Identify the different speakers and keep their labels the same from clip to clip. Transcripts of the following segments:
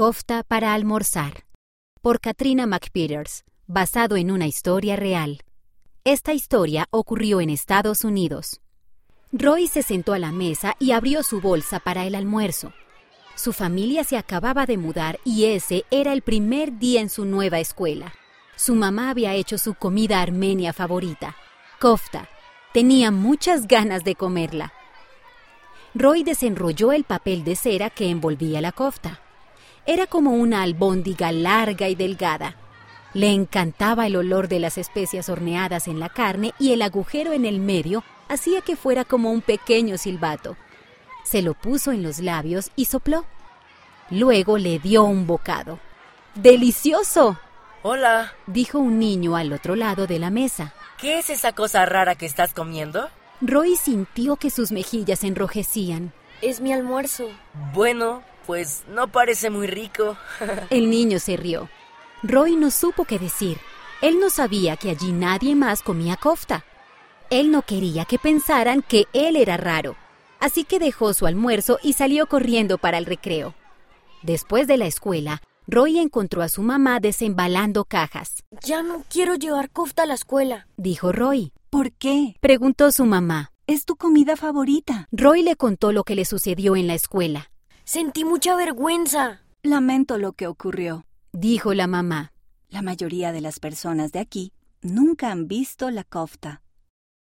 Speaker 1: Kofta para almorzar. Por Katrina McPeters, basado en una historia real. Esta historia ocurrió en Estados Unidos. Roy se sentó a la mesa y abrió su bolsa para el almuerzo. Su familia se acababa de mudar y ese era el primer día en su nueva escuela. Su mamá había hecho su comida armenia favorita, kofta. Tenía muchas ganas de comerla. Roy desenrolló el papel de cera que envolvía la kofta. Era como una albóndiga larga y delgada. Le encantaba el olor de las especias horneadas en la carne y el agujero en el medio hacía que fuera como un pequeño silbato. Se lo puso en los labios y sopló. Luego le dio un bocado. ¡Delicioso!
Speaker 2: Hola,
Speaker 1: dijo un niño al otro lado de la mesa.
Speaker 2: ¿qué es esa cosa rara que estás comiendo?
Speaker 1: Roy sintió que sus mejillas enrojecían.
Speaker 3: Es mi almuerzo.
Speaker 2: Bueno, pues no parece muy rico.
Speaker 1: El niño se rió. Roy no supo qué decir. Él no sabía que allí nadie más comía kofta. Él no quería que pensaran que él era raro. Así que dejó su almuerzo y salió corriendo para el recreo. Después de la escuela, Roy encontró a su mamá desembalando cajas.
Speaker 3: Ya no quiero llevar kofta a la escuela.
Speaker 1: Dijo Roy.
Speaker 4: ¿Por qué?
Speaker 1: Preguntó su mamá.
Speaker 4: Es tu comida favorita.
Speaker 1: Roy le contó lo que le sucedió en la escuela.
Speaker 3: Sentí mucha vergüenza.
Speaker 4: Lamento lo que ocurrió.
Speaker 1: Dijo la mamá.
Speaker 4: La mayoría de las personas de aquí nunca han visto la kofta.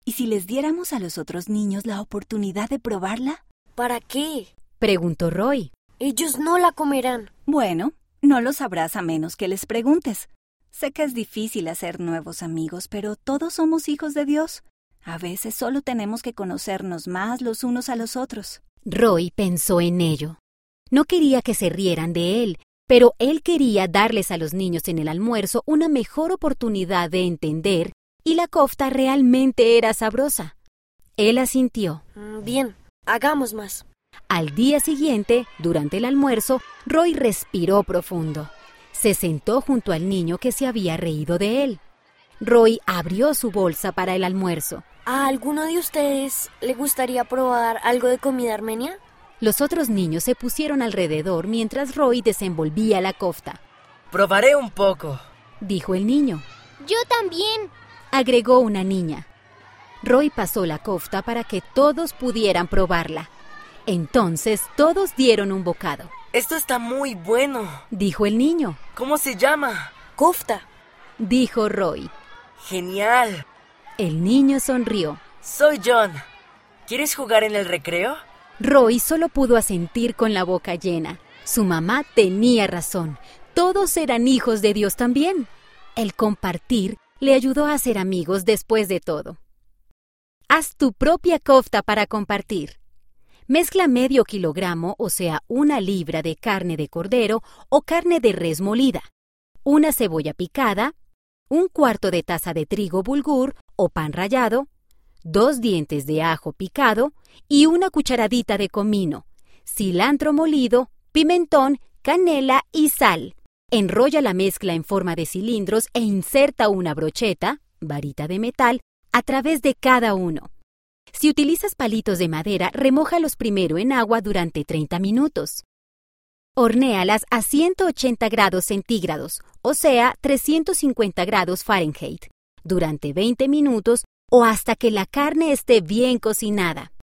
Speaker 4: ¿Y si les diéramos a los otros niños la oportunidad de probarla?
Speaker 3: ¿Para qué?
Speaker 1: Preguntó Roy.
Speaker 3: Ellos no la comerán.
Speaker 4: Bueno, no lo sabrás a menos que les preguntes. Sé que es difícil hacer nuevos amigos, pero todos somos hijos de Dios. A veces solo tenemos que conocernos más los unos a los otros.
Speaker 1: Roy pensó en ello. No quería que se rieran de él, pero él quería darles a los niños en el almuerzo una mejor oportunidad de entender y la kofta realmente era sabrosa. Él asintió.
Speaker 3: Mm, Bien, hagamos más.
Speaker 1: Al día siguiente, durante el almuerzo, Roy respiró profundo. Se sentó junto al niño que se había reído de él. Roy abrió su bolsa para el almuerzo.
Speaker 3: ¿A alguno de ustedes le gustaría probar algo de comida armenia?
Speaker 1: Los otros niños se pusieron alrededor mientras Roy desenvolvía la kofta.
Speaker 2: Probaré un poco.
Speaker 1: Dijo el niño.
Speaker 5: Yo también.
Speaker 1: Agregó una niña. Roy pasó la kofta para que todos pudieran probarla. Entonces todos dieron un bocado.
Speaker 2: Esto está muy bueno.
Speaker 1: Dijo el niño.
Speaker 2: ¿Cómo se llama?
Speaker 3: Kofta.
Speaker 1: Dijo Roy.
Speaker 2: Genial.
Speaker 1: El niño sonrió.
Speaker 2: Soy John. ¿Quieres jugar en el recreo?
Speaker 1: Roy solo pudo asentir con la boca llena. Su mamá tenía razón. Todos eran hijos de Dios también. El compartir le ayudó a ser amigos después de todo. Haz tu propia kofta para compartir. Mezcla medio kilogramo, o sea, una libra de carne de cordero o carne de res molida, una cebolla picada, un cuarto de taza de trigo bulgur o pan rallado, dos dientes de ajo picado y una cucharadita de comino, cilantro molido, pimentón, canela y sal. Enrolla la mezcla en forma de cilindros e inserta una brocheta, varita de metal, a través de cada uno. Si utilizas palitos de madera, remójalos primero en agua durante 30 minutos. Hornéalas a 180 grados centígrados, o sea, 350 grados Fahrenheit, durante 20 minutos o hasta que la carne esté bien cocinada.